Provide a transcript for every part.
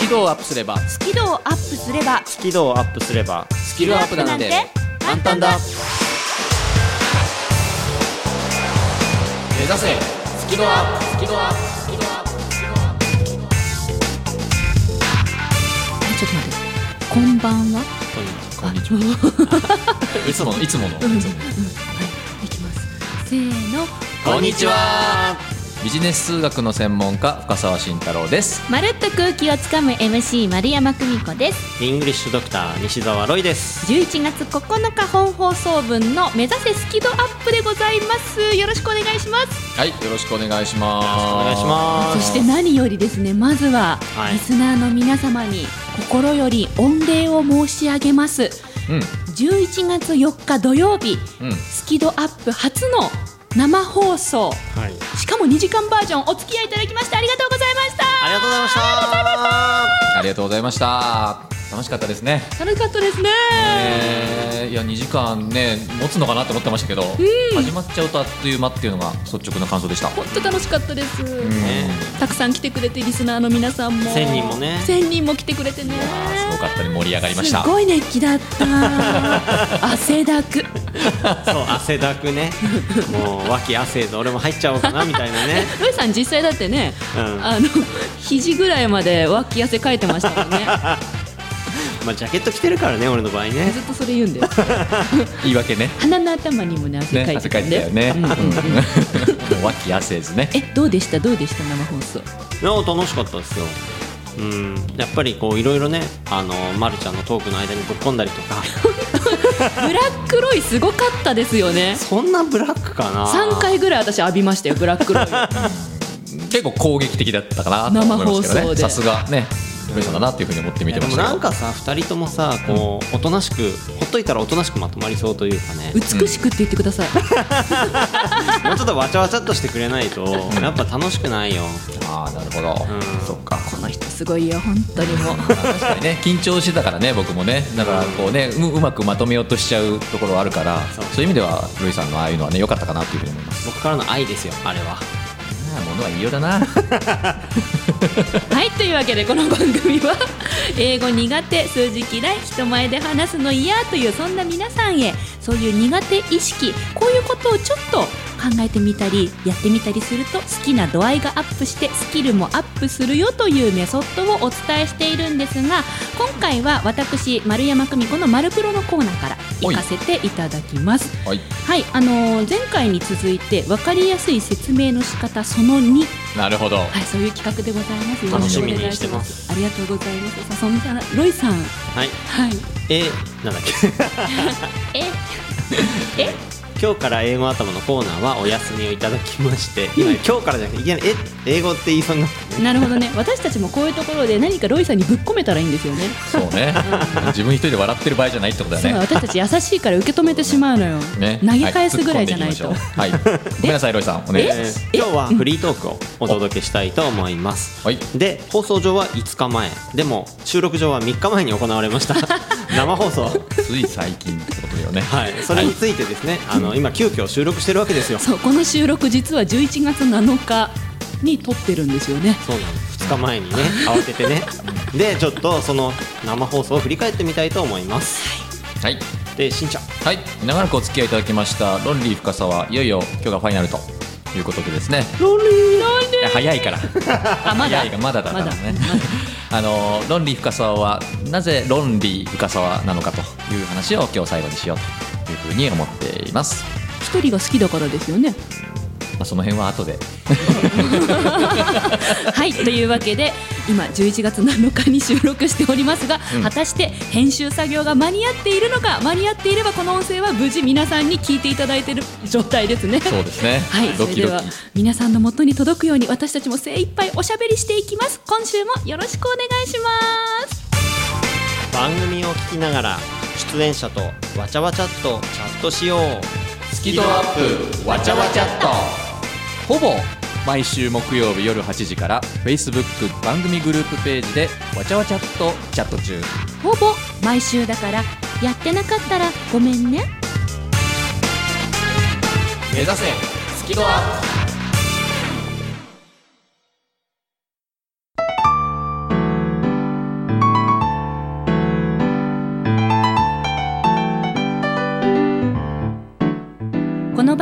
キ度をアップすればスキルをアップすればスキルをアップすればスキルアップなんて簡単だ目指せスキルアップスキルアップスキルアップえちょっと待ってこんばんはというこんにちはいつものいつものいつものはいいきますせーのこんにちはビジネス数学の専門家深澤慎太郎ですまるっと空気をつかむ MC 丸山久美子ですイングリッシュドクター西澤ロイです11月9日本放送分の目指せスキドアップでございますよろしくお願いしますはいよろしくお願いしますお願いしますそして何よりですねまずははいリスナーの皆様に心より御礼を申し上げますすうん11月4日土曜日うんスキドアップ初の生放送はいしかも2時間バージョンお付き合いいただきましてありがとうございましありがとうございましたありがとうございました楽しかったですねた楽しかったですね、えーいや2時間ね持つのかなと思ってましたけど、始まっちゃうとあっという間っていうのが率直な感想でした、本当楽しかったです、うんねたくさん来てくれてリスナーの皆さんも1000人もね1000人も来てくれてねあーすごかったね盛り上がりましたすごい熱気だった 汗だくそう汗だくねもう脇汗で俺も入っちゃおうかなみたい なねロイさん実際だってね、うんあの肘ぐらいまで脇汗かいてましたも んねまあジャケット着てるからね俺の場合ねずっとそれ言うんだよ言い訳ね鼻の頭にもね 汗かねいて汗たかいんてたで、よね、うんうんうんもう脇汗ですねえどうでしたどうでした生放送なお楽しかったですようんやっぱりこういろいろねあの、ま、るちゃんのトークの間にぶっ込んだりと かブラックロイすごかったですよねそんなブラックかな3回ぐらい私浴びましたよブラックロイを結構攻撃的だったかなと思いますけ生ど放送ねでさすがね上さんだなっていうふうに思って見てでましたもなけんどかさ2人ともさこうおとなしくほっといたらおとなしくまとまりそうというかね美しくって言ってください、もうちょっとわちゃわちゃっとしてくれないとやっぱ楽しくないよああなるほど、うんそっかこの人すごいよ本当にもう確かにね緊張してたからね僕もねだからこうねううまくまとめようとしちゃうところはあるからそそうういう意味ではルイさんのああいうのはね良かったかなっていうふうに思います僕からの愛ですよあれはああものは言いようだなはいというわけでこの番組は英語苦手数字嫌い人前で話すの嫌というそんな皆さんへそういう苦手意識こういうことをちょっと考えてみたりやってみたりすると好きな度合いがアップしてスキルもアップするよというメソッドをお伝えしているんですが今回は私丸山久美子の「丸プロ」のコーナーから行かせていただきます。はいはい、あのー前回に続いて分かりやすい説明の仕方その2、なるほどはい、そういう企画でございます。よろ楽くしお願みいにしてますありがとうございます。さあ、そんなロイさん、はいはい、えなんだっけ え、 え、今日から英語頭のコーナーはお休みをいただきまして今今日からじゃなくていきなり「え英語って言いそうになったねなるほどね。私たちもこういうところで何かロイさんにぶっ込めたらいいんですよね。そう ね自分一人で笑ってる場合じゃないってことだそう、よね私たち優しいから受け止めてしまうのよ。ね投げ返すぐらいじゃないと。はい突っ込んでいきましょうはい ごめんなさいロイさんお願いしまえすー今日はフリートークをお届けしたいと思います、はいで放送上は5日前でも収録上は3日前に行われました 生放送つい最近ってことだよねはいそれについてですね、あの今急遽収録してるわけですよそ そう、この収録実は11月7日に撮ってるんですよね。うなの2日前にね慌ててねでちょっとその生放送を振り返ってみたいと思いますはいでしんちゃんはい長らくお付き合いいただきましたロンリー深澤いよいよ今日がファイナルということでですねロイ、ロイいや早いから あ、まだ早い。がまだだからねまだまだ あのロンリー深沢はなぜロンリー深沢なのかという話を今日最後にしようというふうに思っています、一人が好きだからですよね。まあ、その辺は後ではいというわけで今11月7日に収録しておりますが、うん果たして編集作業が間に合っているのか間に合っていればこの音声は無事皆さんに聞いていただいている状態ですね。そうですね はい、ドそれキでドキは皆さんの元に届くように私たちも精一杯おしゃべりしていきます今週もよろしくお願いします番組を聞きながら出演者とわちゃわちゃっとチャットしようスキドアップわちゃわちゃっとほぼ毎週木曜日夜8時から Facebook 番組グループページでわちゃわちゃっとチャット中ほぼ毎週だからやってなかったらごめんね目指せスキドアップ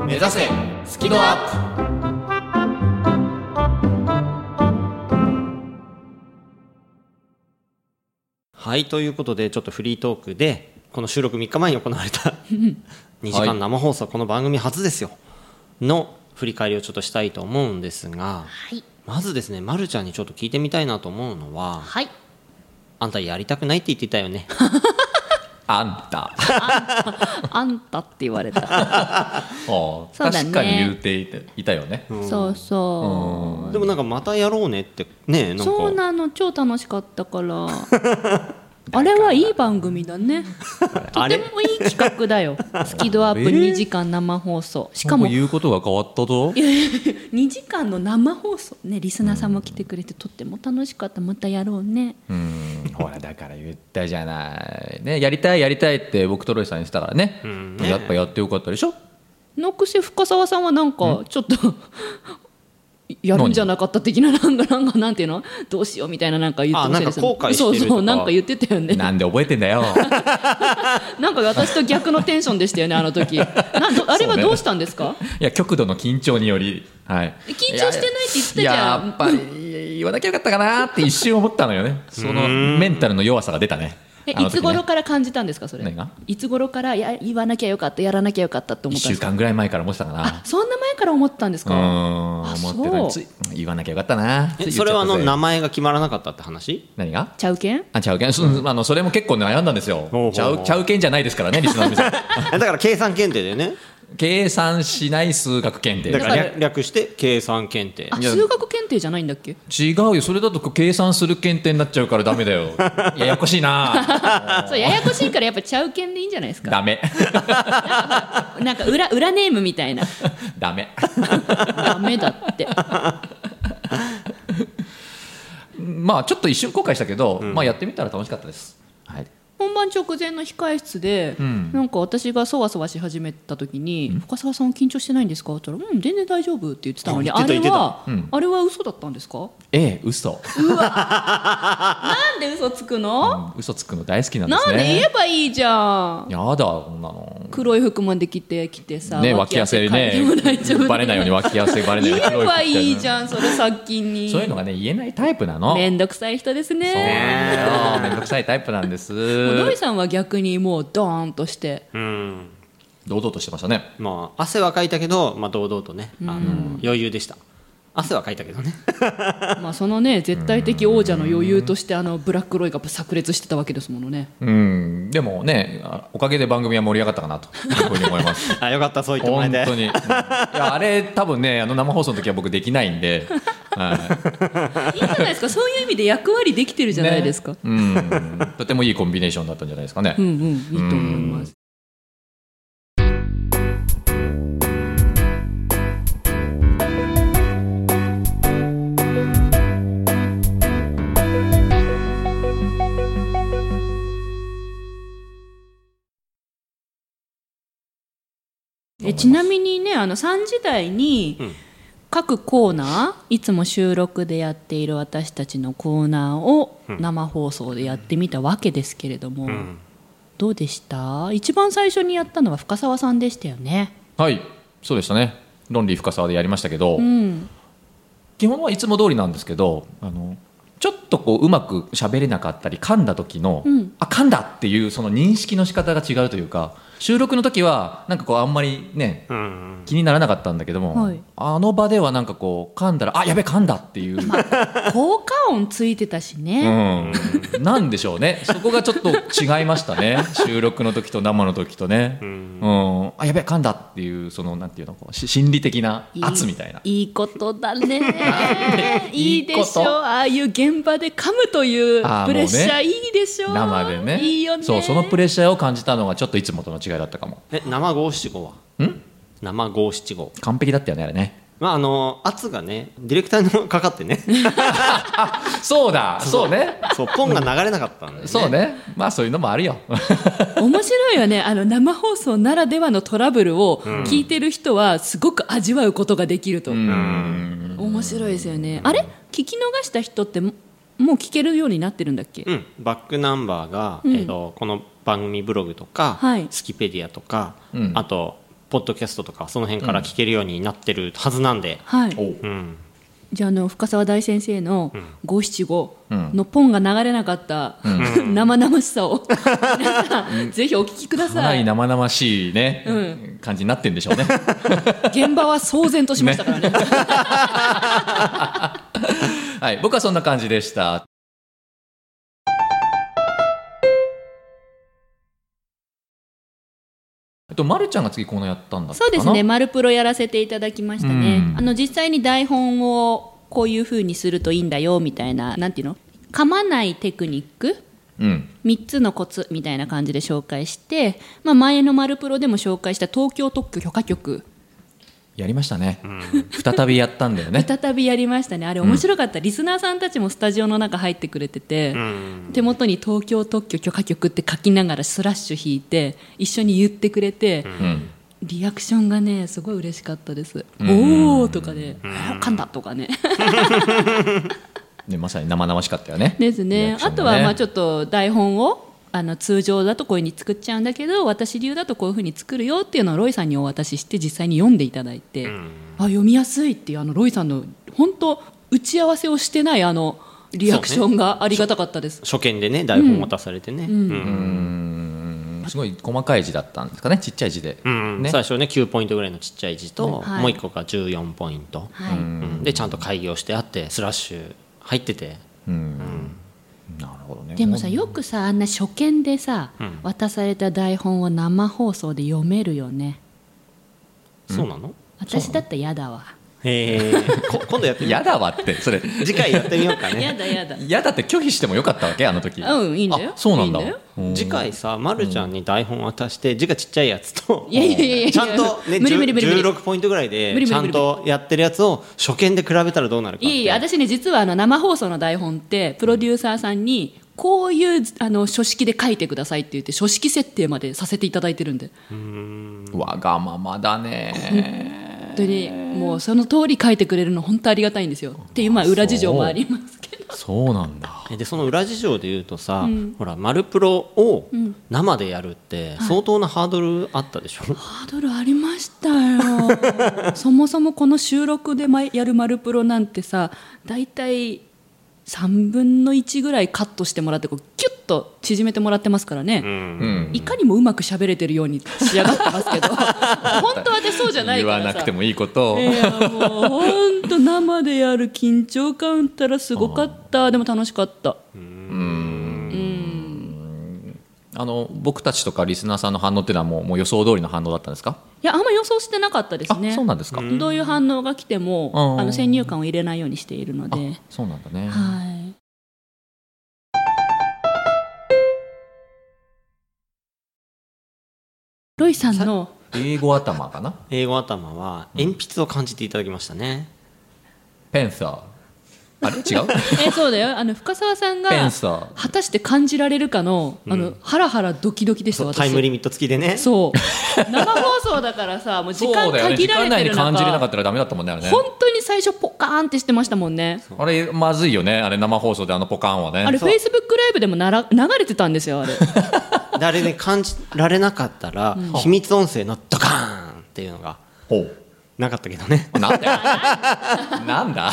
目指せスキルアッはいということでちょっとフリートークでこの収録3日前に行われた2時間生放送、この番組初ですよの振り返りをちょっとしたいと思うんですがはいまずですね、ま、るちゃんにちょっと聞いてみたいなと思うのははいあんたやりたくないって言ってたよねプあん たあんたって言われたおうそうだ確ねかに言うていたいたよねそうそうでもなんかまたやろうねってねなんかそうなの超楽しかったからあれはいい番組だねとあてれもいい企画だよスキドアップえー2時間生放送しかもなん言うことが変わったぞ 2時間の生放送ねリスナーさんも来てくれてとっても楽しかったまたやろうねうんほらだから言ったじゃない、ね、やりたいやりたいって僕とロイさんにしたからね,、んねやっぱやってよかったでしょのくせ深澤さんはなんかちょっとやるんじゃなかった的ななんかなんかなんていうのどうしようみたいななんか言ってましたあなよねんか後悔してるとかそうそうなんか言ってたよ ねなんで覚えてんだよなんか私と逆のテンションでしたよねあの時なんどあれはどうしたんですかいや極度の緊張により、はい、緊張してないって言ってたじゃんいややっぱり言わなきゃよかったかなって一瞬思ったのよねそのメンタルの弱さが出たねえあのい時ねつ頃から感じたんですかそれ何がいつ頃からや言わなきゃよかったやらなきゃよかったって思1ったん週ですか間ぐらい前から思ってたかなあそんな前から思ってたんですうーかん思っあてたそうつい言わなきゃよかったなついえ言っそれはあちゃのったぜ名前が決まらなかったって話何がちゃうけんあちゃうけんそあのそれも結構悩んだんですよほうほうちゃうちゃうけんじゃないです からねリスナーの皆さん だから計算検定だよね計算しない数学検定だからだから略略して計算検定あいや数学検定じゃないんだっけ違うよそれだと計算する検定になっちゃうからダメだよややこしいなそうややこしいからやっぱちゃうけんでいいんじゃないですかダメなんか裏裏ネームみたいな ダメダメだってまあちょっと一瞬後悔したけど、まあやってみたら楽しかったですはい本番直前の控え室で、んなんか私がそわそわし始めた時に「深澤さん緊張してないんですか?」って言ったら「うん全然大丈夫」って言ってたのにあ言あってれたは、言ってあれは嘘だったんですかええ嘘なんで嘘つくの、嘘つくの大好きなんでなんすで言ねえばいいじゃんやだこんなの黒い服まで着てきてさ、ね脇汗ねかいても大丈夫バレないように脇汗バレないように言黒い服着てえばねいいじゃんそれ殺菌にそういうのがね言えないタイプなのめんどくさい人ですそうねなんだよめんどくさいタイプなんですもうノイさんは逆にもうドーンとしてうん堂々としてましたねまあ汗はかいたけど、まあ、堂々とねあの、余裕でした汗はかいたけ どねまあそのね絶対的王者の余裕としてあのブラックロイが炸裂してたわけですものねうんでもねあおかげで番組は盛り上がったか なというふうに思いますあよかったそう言ってもらえ本当てに、うんいやあれ多分ねあの生放送の時は僕できないんで、はいいいじゃないですかそういう意味で役割できてるじゃないですか、ねうんとてもいいコンビネーションだったんじゃないですかね、うんうんいいと思いますえちなみにねあの3時台にうん各コーナーいつも収録でやっている私たちのコーナーをん生放送でやってみたわけですけれども、うんどうでした一番最初にやったのは深澤さんでしたよね。はいそうでしたねロンリー深沢でやりましたけど、うん、基本はいつも通りなんですけどあのちょっとこううまく喋れなかったり噛んだ時の、うんあ噛んだっていうその認識の仕方が違うというか収録の時はなんかこうあんまりねうんうん気にならなかったんだけども、はいあの場ではなんかこう噛んだらあやべ噛んだっていう、効果音ついてたしね、うん、なんでしょうねそこがちょっと違いましたね収録の時と生の時とね、んうんあやべ噛んだっていうそのなんていうのこうし心理的ないい圧みたいないいことだね いいでいいしこょとああいう現場で噛むというあープレッシもャうーねいいでしょ生でねいいよねそうそのプレレッシャーを感じたのがちょっといつもとの違いだったかもえ生五七五は生五七五完璧だったよねあれねまああの圧がねディレクターにかかって ねそうだそうねそうポンが流れなかったんで、ね、そうねまあそういうのもあるよ面白いよねあの生放送ならではのトラブルを聞いてる人はすごく味わうことができると、うん面白いですよねあれ聞き逃した人ってももう聞けるようになってるんだっけ、うん、バックナンバーが、うんえっとこの番組ブログとか、はいスキペディアとか、うんあとポッドキャストとかその辺から聞けるようになってるはずなんで、はいおううんじゃああの深沢大先生の五七五うんのポンが流れなかった、 生々し さを皆さんぜひお聞きくだかなさりい生々しいね、う感じになってんでしょう ね現場は騒然としましたか らねはい僕はそんな感じでしたえっと、ま、るちゃんが次コーナーやったんだったかなそうですね「マルプロ」やらせていただきましたねうんあの実際に台本をこういうふうにするといいんだよみたいななんていうの噛まないテクニックうん3つのコツみたいな感じで紹介して、まあ、前の「マルプロ」でも紹介した東京特許許可局やりましたね、再びやったんだよね再びやりましたねあれ面白かった、リスナーさんたちもスタジオの中入ってくれてて、手元に東京特許許可局って書きながらスラッシュ引いて一緒に言ってくれて、うんリアクションがねすごい嬉しかったです、おおとかね、かんだとかねねまさに生々しかったよねですねあとはまあちょっっと台本をあの通常だとこういうふうに作っちゃうんだけど私流だとこういうふうに作るよっていうのをロイさんにお渡しして実際に読んでいただいて、あ読みやすいっていうあのロイさんの本当打ち合わせをしてないあのリアクションがありがたかったです、初見でね台本渡されてね、うんとすごい細かい字だったんですかねちっちゃい字で、うんね最初ね9ポイントぐらいのちっちゃい字と、はいもう1個が14ポイント、はいうんでちゃんと開業してあってスラッシュ入っててなるほどねでもさよくさあんな初見でさ、渡された台本を生放送で読めるよねそうなの私だったら嫌だわへえ こ今度やってみよやだわってそれう次回やってみよう かね嫌だ嫌だ嫌だって拒否してもよかったわけあの時うんいいんだよあそうなんだいいんだようん次回さ、ま、るちゃんに台本渡して字がちっちゃいやつと いやいやいやいやちゃんとね無理無理無理無理16ポイントぐらいで無理無理ち無理ゃんとやってるやつを初見で比べたらどうなるかっいてえいえ私ね実はあの生放送の台本ってプロデューサーさんにこういうあの書式で書いてくださいって言って書式設定までさせていただいてるんでわがままだ ね本当にもうその通り書いてくれるの本当ありがたいんですよっていうまあ裏事情もありますけどそうなんだえでその裏事情で言うとさ、ほら「マルプロ」を生でやるって相当なハードルあったでしょ、ハードルありましたよ そもそもこの収録でまやる「マルプロ」なんてさ大体3分の1ぐらいカットしてもらってこうキュッと縮めてもらってますからね、うんいかにもうまく喋れてるように仕上がってま すけど本当は私そうじゃない言かわらさなくてもいいことをいやもう本当生でやる緊張感ったらすごかったでも楽しかったあの僕たちとかリスナーさんの反応っていうのはもうもう予想通りの反応だったんですかいやあんま予想してなかったですあねそうなんですかどういう反応が来てもうんあの先入観を入れないようにしているのあでそうなんだねはいロイさんの英語頭かな英語頭は鉛筆を感じていただきましたね、ペンサー あれ違うえそうだよあの深澤さんがペンサー果たして感じられるかのあの、ハラハラドキドキでしたそう私タイムリミット付きでねそう 生放送だからさもう時そ間うだよね時限ら間内れてにる中感じれなかったらダメだったもんねあれね本当に最初ポカーンってしてましたもんねあれまずいよねあれ生放送であのポカンはねあれフェイスブックライブでもなら流れてたんですよあ れであれね感じられなかったら、秘密音声のドカーンっていうのがほうなかったけどねなんだ よなんだ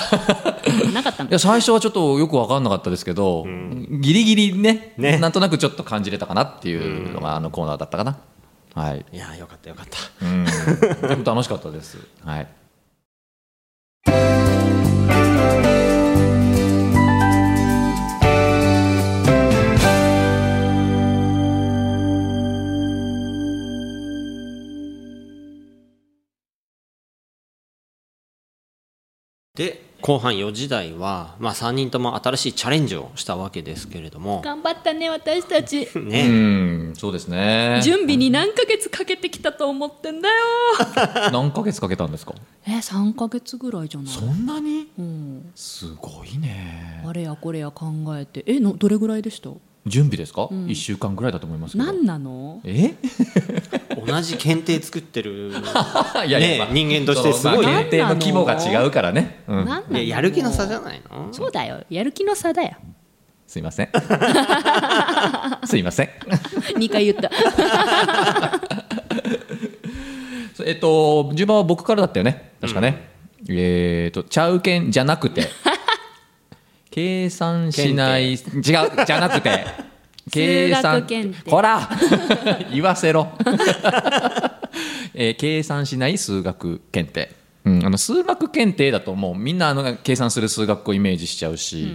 なかったのいや最初はちょっとよく分かんなかったですけど、ギリギリねねなんとなくちょっと感じれたかなっていうのがあのコーナーだったかな、はいいやーよかったよかっうたん、とても楽しかったです。はい。で後半4時台は、まあ、3人とも新しいチャレンジをしたわけですけれども頑張ったね私たちうねん、そうです ね。準備に何ヶ月かけてきたと思ってんだよ何ヶ月かけたんですか。え3ヶ月ぐらいじゃないそんなに。うん、すごいね。あれやこれや考えてえのどれぐらいでした準備ですか。一、ん週間ぐらいだと思いますけど。何なのえ同じ検定作って る いやいや、ねまあ人間としてすごいねそうまあ限定の規模が違うからね、う何んなのいややる気の差じゃないのそうだよやる気の差だよすいませ んすいません 2回言ったえっと順番は僕からだったよね確かね、えっとチャウケンじゃなく て計算しない違うじゃなくて計 数算学検定ほら 言わせろ、 えー計算しない数学検定、うん、あの数学検定だともうみんなあの計算する数学をイメージしちゃうし、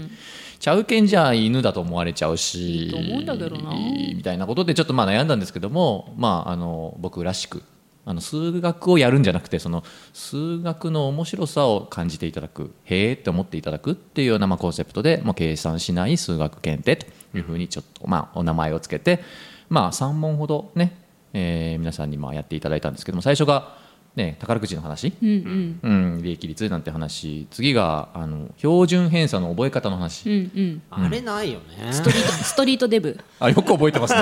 ちゃうけんじゃ犬だと思われちゃうしいいと思うんだけどなみたいなことでちょっとまあ悩んだんですけども、まあ、あの僕らしくあの数学をやるんじゃなくてその数学の面白さを感じていただくへえって思っていただくっていうようなまあコンセプトで、まあ、計算しない数学検定というふうにちょっとまあお名前をつけて、まあ、3問ほどね、えー皆さんにまあやっていただいたんですけども最初が、ね、宝くじの話、うんうんうん、利益率なんて話次があの標準偏差の覚え方の話、うんうんあれないよね、ストリートストリートデブあよく覚えて ますね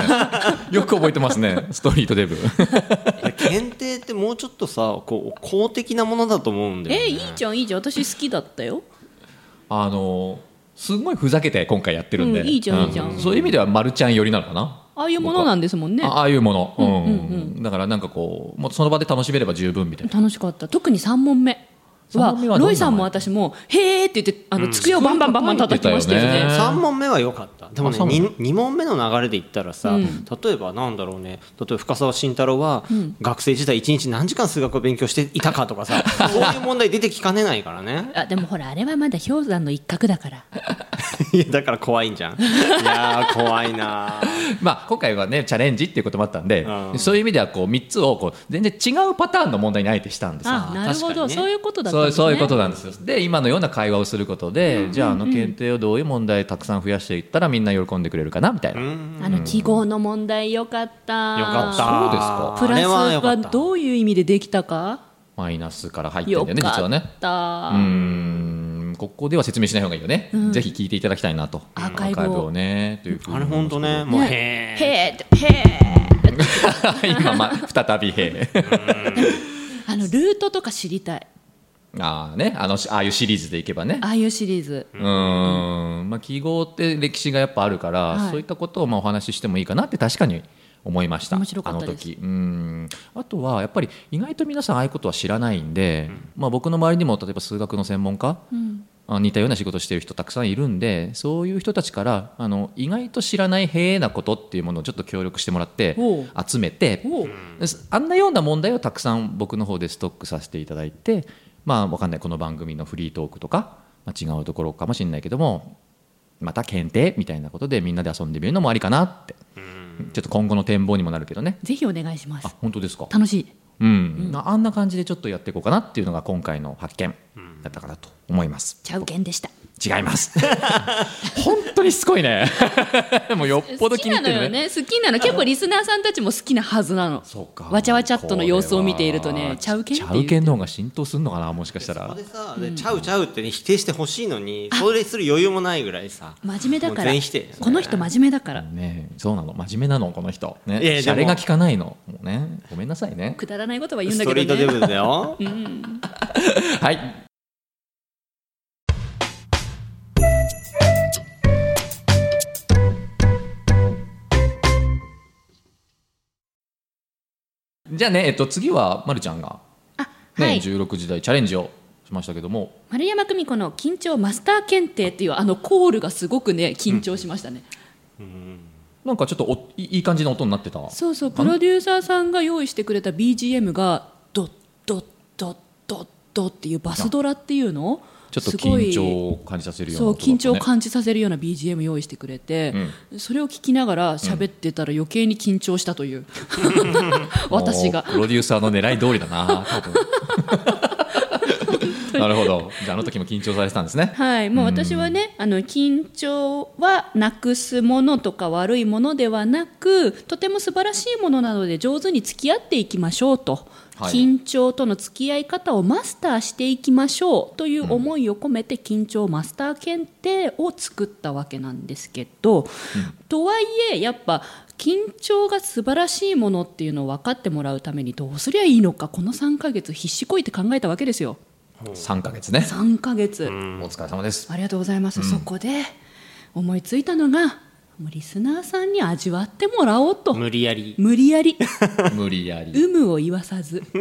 よく覚えてますねストリートデブいや検定ってもうちょっとさこう公的なものだと思うんだよ、ね、えいいじゃんいいじゃん私好きだったよあのすごいふざけて今回やってるんで、うんいいじゃんいいじゃんそういう意味ではマルちゃん寄りなのかなああいうものなんですもんねあああいうもの、うんだからなんかこうもうその場で楽しめれば十分みたいな楽しかった特に3問目は三問目はどんなのロイさんも私も「へーって言ってあの机をバンバンバンバン叩きましたようんね。 3問目は良かったでもねあ三問 2, 問目の流れで言ったらさ、うん例えばなんだろうね例えば深澤慎太郎は、学生時代1日何時間数学を勉強していたかとか さそういう問題出てきかねないからねあでもほらあれはまだ氷山の一角だから いやだから怖いんじ ゃんいやー怖いなーまあ、今回はねチャレンジっていうこともあったんで、うんそういう意味ではこう3つをこう全然違うパターンの問題にあえてしたんですよあなるほ確ど、かにねそういうことだったそんでうすねそういうことなんですよで今のような会話をすることで、じゃああの検定をどういう問題たくさん増やしていったらみんな喜んでくれるかなみたいな、うんあの記号の問題よかったよかったあプラスあれはよかはったどういう意味でできたかマイナスから入ってよんかだっよね実はねた、うーんここでは説明しない方がいいよね、ぜひ聞いていただきたいなとアーカイブをねというふうにあれほんとねもうへえへーってへーっ て今、まあ、再びへあのルートとか知りたいああねあのああいうシリーズでいけばねああいうシリーズうーんまあ記号って歴史がやっぱあるから、はいそういったことをまあお話ししてもいいかなって確かに思いました面白かったですあの時うーんあとはやっぱり意外と皆さんああいうことは知らないんで、まあ、僕の周りにも例えば数学の専門家、あ似たような仕事してる人たくさんいるんでそういう人たちからあの意外と知らないへえなことっていうものをちょっと協力してもらっておう集めておうですあんなような問題をたくさん僕の方でストックさせていただいてまあわかんないこの番組のフリートークとか、まあ、違うところかもしれないけどもまた検定みたいなことでみんなで遊んでみるのもありかなってちょっと今後の展望にもなるけどねぜひお願いしまあす本当ですか楽しいうん、あんな感じでちょっとやっていこうかなっていうのが今回の発見だったかなと思います。ちゃうけんでした違います。 本当にしつこいね。 もうよっぽど気に入って好きなのるよね。ね好きなの結構リスナーさんたちも好きなはずなのそうかわちゃわちゃっとの様子を見ているとこれねはちゃうけんちっゃていううけんの方が浸透するのかな、もしかしたそこらで。さ、でちゃうちゃうってね否定してほしいのにそれする余裕もないぐらいさ真面目だもかうら全否定この人真面目だからねえ、そうなの、真面目なの、この人。ね、いやいやシャレが効かないの、もうね、ごめんなさいね。くだらないことは言うんスだトけリートデどねブだよはい。じゃあね、えっと、次は、まるちゃんが。あね、はい16時代チャレンジをしましたけども丸山久美子の緊張マスター検定っていうあのコールがすごくね緊張しましたねなんかちょっとおいいい感じの音になってたそうそうプロデューサーさんが用意してくれた BGM がドッドッドッドッドッっていうバスドラっていうのちょっとすごい緊張を感じさせるようなそう音だったね緊張を感じさせるような BGM 用意してくれて、それを聞きながら喋ってたら余計に緊張したという 私がもうプロデューサーの狙い通りだな多 分なるほどじゃああの時も緊張されてたんですねはい、もう私はね、あの緊張はなくすものとか悪いものではなくとても素晴らしいものなので上手に付き合っていきましょうと、はい緊張との付き合い方をマスターしていきましょうという思いを込めて緊張マスター検定を作ったわけなんですけど、とはいえやっぱ緊張が素晴らしいものっていうのを分かってもらうためにどうすりゃいいのかこの3ヶ月必死こいて考えたわけですよ3か月ね3ヶ月。お疲れ様ですありがとうございます、そこで思いついたのがもうリスナーさんに味わってもらおうと無理やり無理やり無理やり有無を言わさず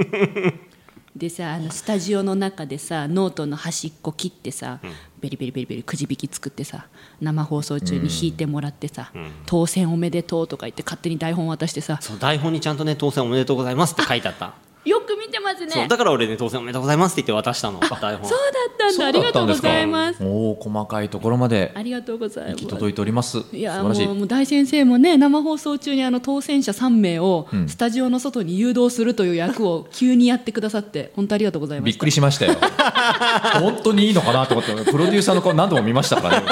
でさあのスタジオの中でさノートの端っこ切ってさ、ベリベリベリベリくじ引き作ってさ生放送中に引いてもらってさ、当選おめでとうとか言って勝手に台本渡してさそう台本にちゃんとね当選おめでとうございますって書いてあったよく見てますねそうだから俺ね当選おめでとうございますって言って渡したの台本そうだったんだありがとうございますおおー細かいところまでありがとうござい行ますき届いております素いや晴もらしいうもう大先生もね生放送中にあの当選者3名をスタジオの外に誘導するという役を急にやってくださって本当ありがとうございまびっしたくりしま したよ本当にいいのかなと思ってプロデューサーの顔何度も見ましたからね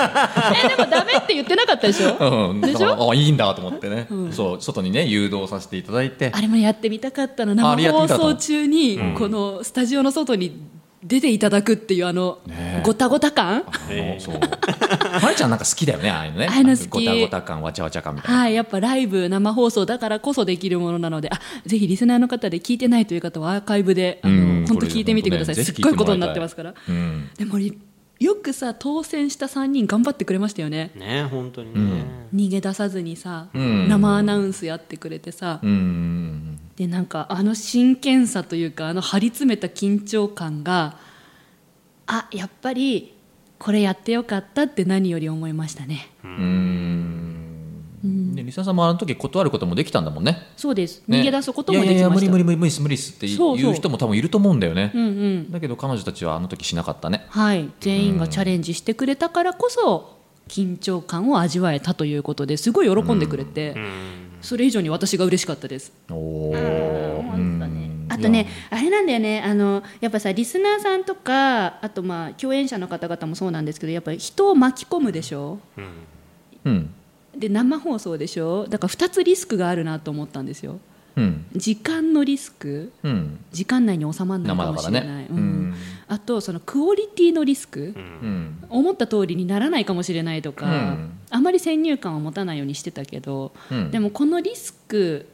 えでもダメって言ってなかった でしょうん、でしょだからあいいんだと思ってね、そう外にね誘導させていただいてあれもやってみたかったのあれ生やって放みたかった送中にこのスタジオの外に出ていただくっていうあのねえごたごた感あのそう まりちゃんなんか好きだよねああいうのねああいうの好きごたごた感わちゃわちゃ感みたいなはい、やっぱライブ生放送だからこそできるものなのであぜひリスナーの方で聞いてないという方はアーカイブであうんの本こ当れ聞いてみてくださ本い、当ねすっぜひご聞いいてこもとらいたいになってますから、うんでもりよくさ当選した3人頑張ってくれましたよねね本当にね、逃げ出さずにさ、ん生アナウンスやってくれてさ、うんでなんかあの真剣さというかあの張り詰めた緊張感があやっぱりこれやってよかったって何より思いましたねでリサさんもあの時断ることもできたんだもんねそうですね逃げ出すこともでいやいきやました無理無理無理無理っす無理っすってそうそ言うう人も多分いると思うんだよねうんうんだけど彼女たちはあの時しなかったねはい、全員がチャレンジしてくれたからこそ緊張感を味わえたということですごい喜んでくれて、それ以上に私が嬉しかったです。おおあとね、あれなんだよね、あの、やっぱさ、リスナーさんとか、あとまあ、共演者の方々もそうなんですけど、やっぱり人を巻き込むでしょうんで生放送でしょだから2つリスクがあるなと思ったんですよ。うん時間のリスクうん時間内に収まらないか生だもからしれない、ねうんあとそのクオリティのリスク、うん思った通りにならないかもしれないとか、うんあまり先入観を持たないようにしてたけど、うんでもこのリスク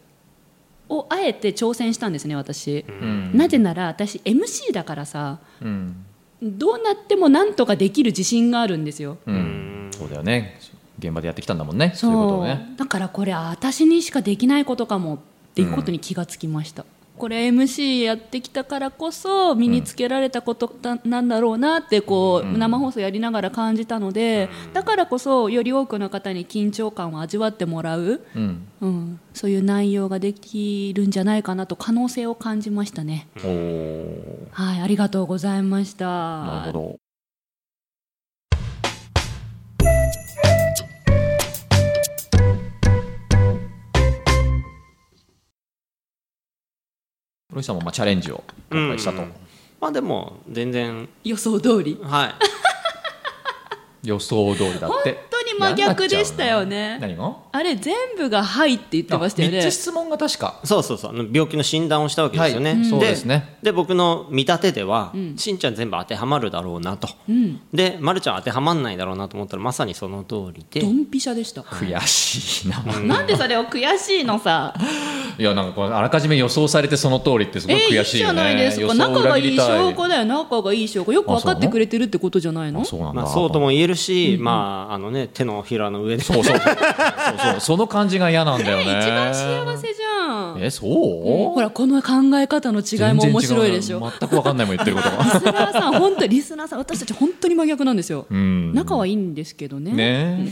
をあえて挑戦したんですね私、うんなぜなら私 MC だからさうんどうなってもなんとかできる自信があるんですようんそうだよね現場でやってきたんだもんねそういうことをねだからこれあ私にしかできないことかもっていうことに気がつきました、これ MC やってきたからこそ身につけられたことだなんだろうなってこう、生放送やりながら感じたので、だからこそより多くの方に緊張感を味わってもらう、うんうん、そういう内容ができるんじゃないかなと可能性を感じましたね、おおはいありがとうございましたなるほど。ロイさんもまあチャレンジをやっぱりしたと、うんまあでも全然予想通りはい予想通りだって本当に真逆でしたよね何があれ全部が「はい」って言ってましたよあね三つ質問が確かそうそうそうあの病気の診断をしたわけですよね、はいうんそうですねで僕の見立てでは、しんちゃん全部当てはまるだろうなと、で、ま、るちゃん当てはまんないだろうなと思ったらまさにその通りでドンピシャでした悔しいな、なんでそれを悔しいのさいやなんかこうあらかじめ予想されてその通りってすごいえー、い悔いしいじゃよね、ないです予か想を仲裏が切いりいた証拠だよ仲がいい証拠よく分かってくれてるってことじゃないのあそうなんだ、まあ、そうとも言えるし、まああのね、手のひらの上で そうそうそうそうそうその感じが嫌なんだよね一番幸せじゃんんえそう、ほらこの考え方の違いも面白いでしょ全然違うな全く分かんないもん言ってること リがスナーさん本当リスナーさん私たち本当に真逆なんですよ、うん仲はいいんですけどねね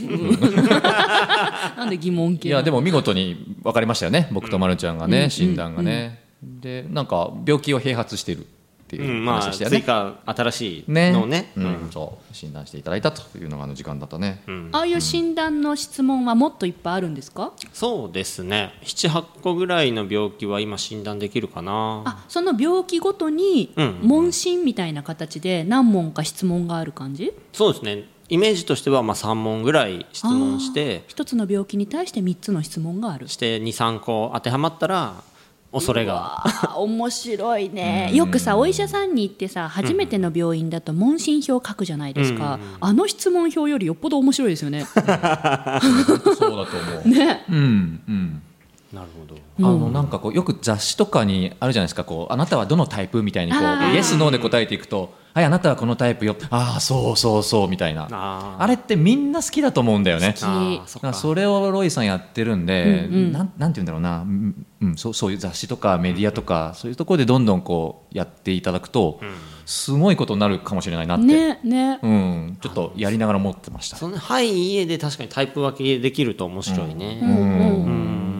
なんで疑問い系なのやでも見事に分かりましたよね僕とまるちゃんがね、診断がね、でなんか病気を併発してるってう、いうんま話あでしたよ追ね、加新しいねのをねうんうんそう診断していただいたというのがあの時間だったね、うんああいう診断の質問はもっといっぱいあるんですかそうですね78個ぐらいの病気は今診断できるかなあその病気ごとにうん問診みたいな形で何問か質問がある感じそうですねイメージとしてはまあ3問ぐらい質問して一つの病気に対して3つの質問があるして23個当てはまったら恐れがあー面白いねよくさお医者さんに行ってさ初めての病院だと問診票書くじゃないですか、あの質問票よりよっぽど面白いです よねそうだと思う、ねうんうんなるほどあのなんかこうよく雑誌とかにあるじゃないですかこうあなたはどのタイプみたいにこうあーイエスノーで答えていくとはいあなたはこのタイプよああそうそうそうみたいなあーあれってみんな好きだと思うんだよねきあーそだっからかそれをロイさんやってるんで、うんうんなんなんて言うんだろうな、うんうん、そうそういう雑誌とかメディアとか、そういうところでどんどんこうやっていただくと、すごいことになるかもしれないなって、ねねうん、ちょっとやりながら思ってました、そのはい家で確かにタイプ分けできると面白いねうんう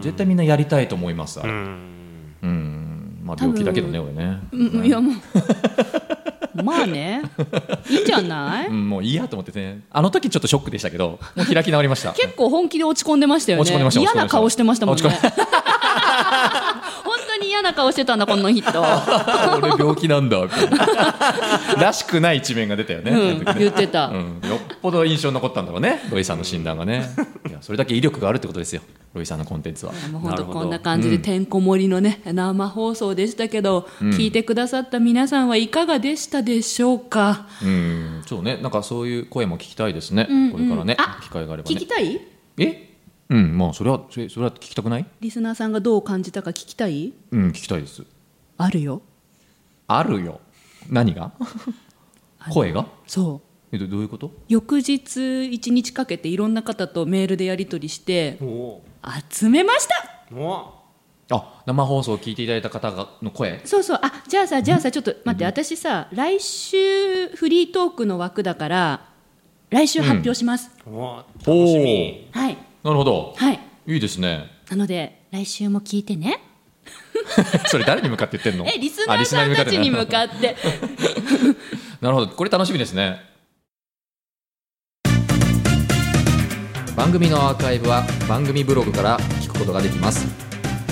ん絶対みんなやりたいと思います、あれうんうんまあ、病気だけどね、俺ね、うんいやもうまあねいいんじゃない、うん、もういいやと思ってね、あの時ちょっとショックでしたけど、もう開き直りま した。結構本気で落ち込んでましたよね落ち込んでました嫌な顔してましたもんね落ち本 当に嫌な顔してたんだこの 人、うあ俺病気なんだみたいならしくない一面が出たよね、そのん時ね、言ってた、うん、よっぽど印象に残ったんだろうね、ロイさんの診断が ね。いや、それだけ威力があるってことですよ、ロイさんのコンテンツは。もう本なる当ほどこんな感じでてんこ盛りのね、生放送でしたけど、聞いてくださった皆さんはいかがでしたでしょうか、うん、そうね、なんかそういう声も聞きたいですね、んうんこれからねあ、機会があれば聞ねき。たいえ、うん、まあ、それは、それそれは聞きたくない。リスナーさんがどう感じたか聞きたいうん、聞きたいです。あるよあるよ。何 が。声が。そうえ、どどういうこと。翌日一日かけていろんな方とメールでやり取りしておお集めましたおあ、生放送を聞いていただいた方が、の声。そうそうあじゃあさじゃあさちょっと待って私さ来週フリートークの枠だから来週発表します、お楽ほうしみはいなるほど。はいいいですね。 なので来週も聞いてねそれ誰に向かって言ってんの。 えリスあナーさんたちに向っかっててね。なるほど、これ楽しみですね。番組のアーカイブは番組ブログから聞くことができます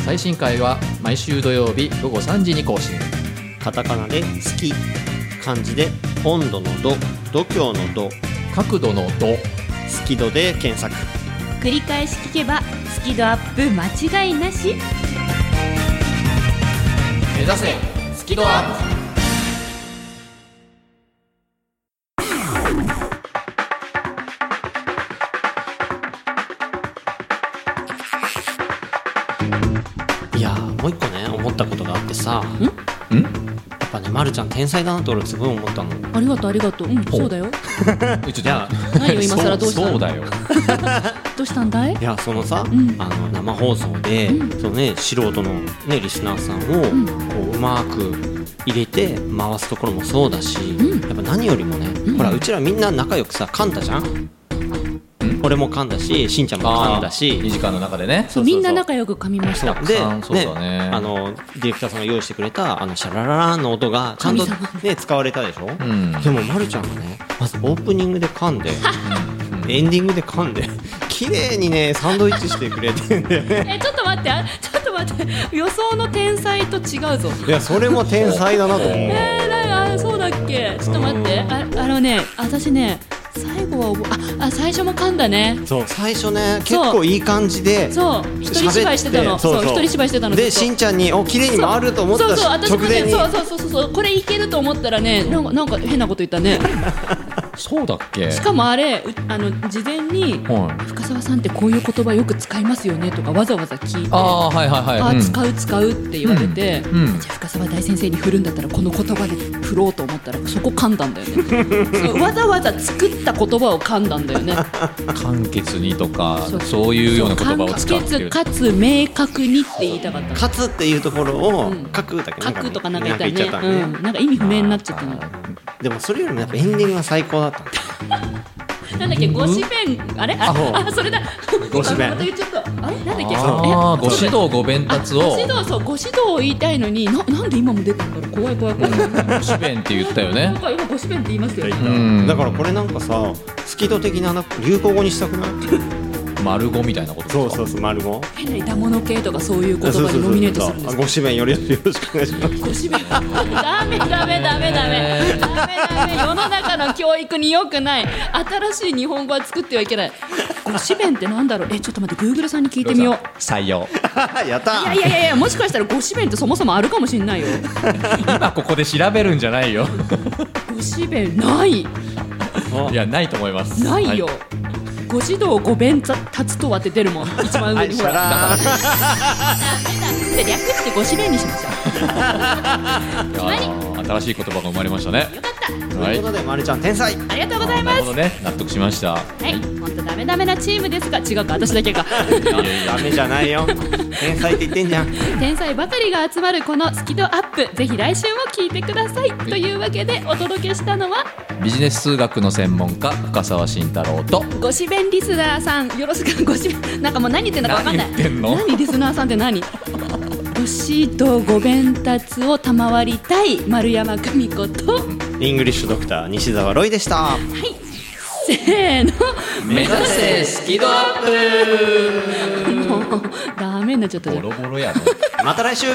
最新回は毎週土曜日午後3時に更新カタカナで「好き」漢字で「温度の度」「度胸の度」角度の度「好き度」で検索繰り返し聞けばスキドアップ間違いなし目指せスキドア ッいやーもう一個ね思ったことがあってさプんやっぱね、ま、るちゃん天才だなって俺すごい思ったのありがとうありがとう。うん、そうだよ。えちょっといや何を今更どうしたそのそうだよどうしたんだい？いやそのさ、あの生放送で、そのね、素人の、ね、リスナーさんをこううまく入れて回すところもそうだし、やっぱ何よりもね、ほらうちらみんな仲良くさ噛んだじゃん、俺も噛んだししんちゃんも噛んだ2し時間の中でねそうそうそうみんな仲良く噛みましそうた。であそうだねあのディレクターさんが用意してくれたあのシャラララーンの音がちゃんと、ね、使われたでしょ、んでもまるちゃんがねまずオープニングで噛んでエンディングで噛んで綺麗にねサンドイッチしてくれてんだよねえ、ちょっと待って、あちょっと待って、予想の天才と違うぞ。いやそれも天才だなと思うえー、なんかあそうだっけ？ちょっと待って、あ、あのね、私ね、最後は覚えあ、あ、最初も噛んだね。そう最初ね結構いい感じでそう、一人芝居してたの。そう、一人芝居してたの。でずっとしんちゃんに「お綺麗に回る」と思っそうたしそう、私直も前ね、にそうそうそうそうそう、これいけると思ったらね、なんかなんか変なこと言ったね。そうだっけしかもあれうあの事前にはい深澤さんってこういう言葉よく使いますよねとかわざわざ聞いてああーはいはいはいあうん使う使うって言われて、うんうんじゃあ深澤大先生に振るんだったらこの言葉で振ろうと思ったらそこ噛んだんだよね そうわざわざ作った言葉を噛んだんだよね簡潔にとかそうそういうような言葉を使っ簡てる潔かつ明確にって言いたかった勝つっていうところをうん書くだけ書くとかなんか言った言っちゃっらたねねうん、なんか意味不明になっちゃったのでもそれよりもやっぱエンディングが最高だったなんだっけご指弁あれああそうあそれだご指弁 あまた言っちゃったあれなんだっけああえご指導ご鞭あ達ごを指導そうご指導を言いたいのにななんで今も出たんだろう怖い怖い怖い、ご指弁って言ったよねなんか今ご指弁って言いますよねうんだからこれなんかさスキド的ななんか流行語にしたくない丸語みたいなことですかそうそうそう丸語変な枝物系とかそういう言そう葉そにうノそうミネートするんですあご指名よりよろしくお願いしますご指名ダメダメダメダメダメダメ世の中の教育に良くない新しい日本語は作ってはいけないご指弁ってなんだろうえちょっと待ってグーグルさんに聞いてみよう採用 やったいやいやいやいやもしかしたらご指弁ってそもそもあるかもしれないよ今ここで調べるんじゃない よご指弁ないいやないと思いますないよ、はご指導ご弁達とはって出 るもん一番は上いにしほたらだらって略してご指弁にしましたいあー新しい言葉が生まれましたねよかっとはいいうことでまるちゃん天才たありがとうございまなするほどね納得しましたはい本当ダメダメなチームですが違うか私だけか ダメじゃないよ天才って言ってんじゃん天才ばかりが集まるこのスキドアップぜひ来週も聞いてくださいというわけでお届けしたのはビジネス数学の専門家深澤慎太郎とご指弁リスナーさんよろしく ご指弁なんかもう何言ってんだかわかんない何言ってんの何リスナーさんっ て何ご指導ご弁達を賜りたい丸山久美子とはイングリッシュドクター西澤ロイでしたいせーの目指せスキドアップ もうダメになっちゃったじゃんボロボロやろまた来週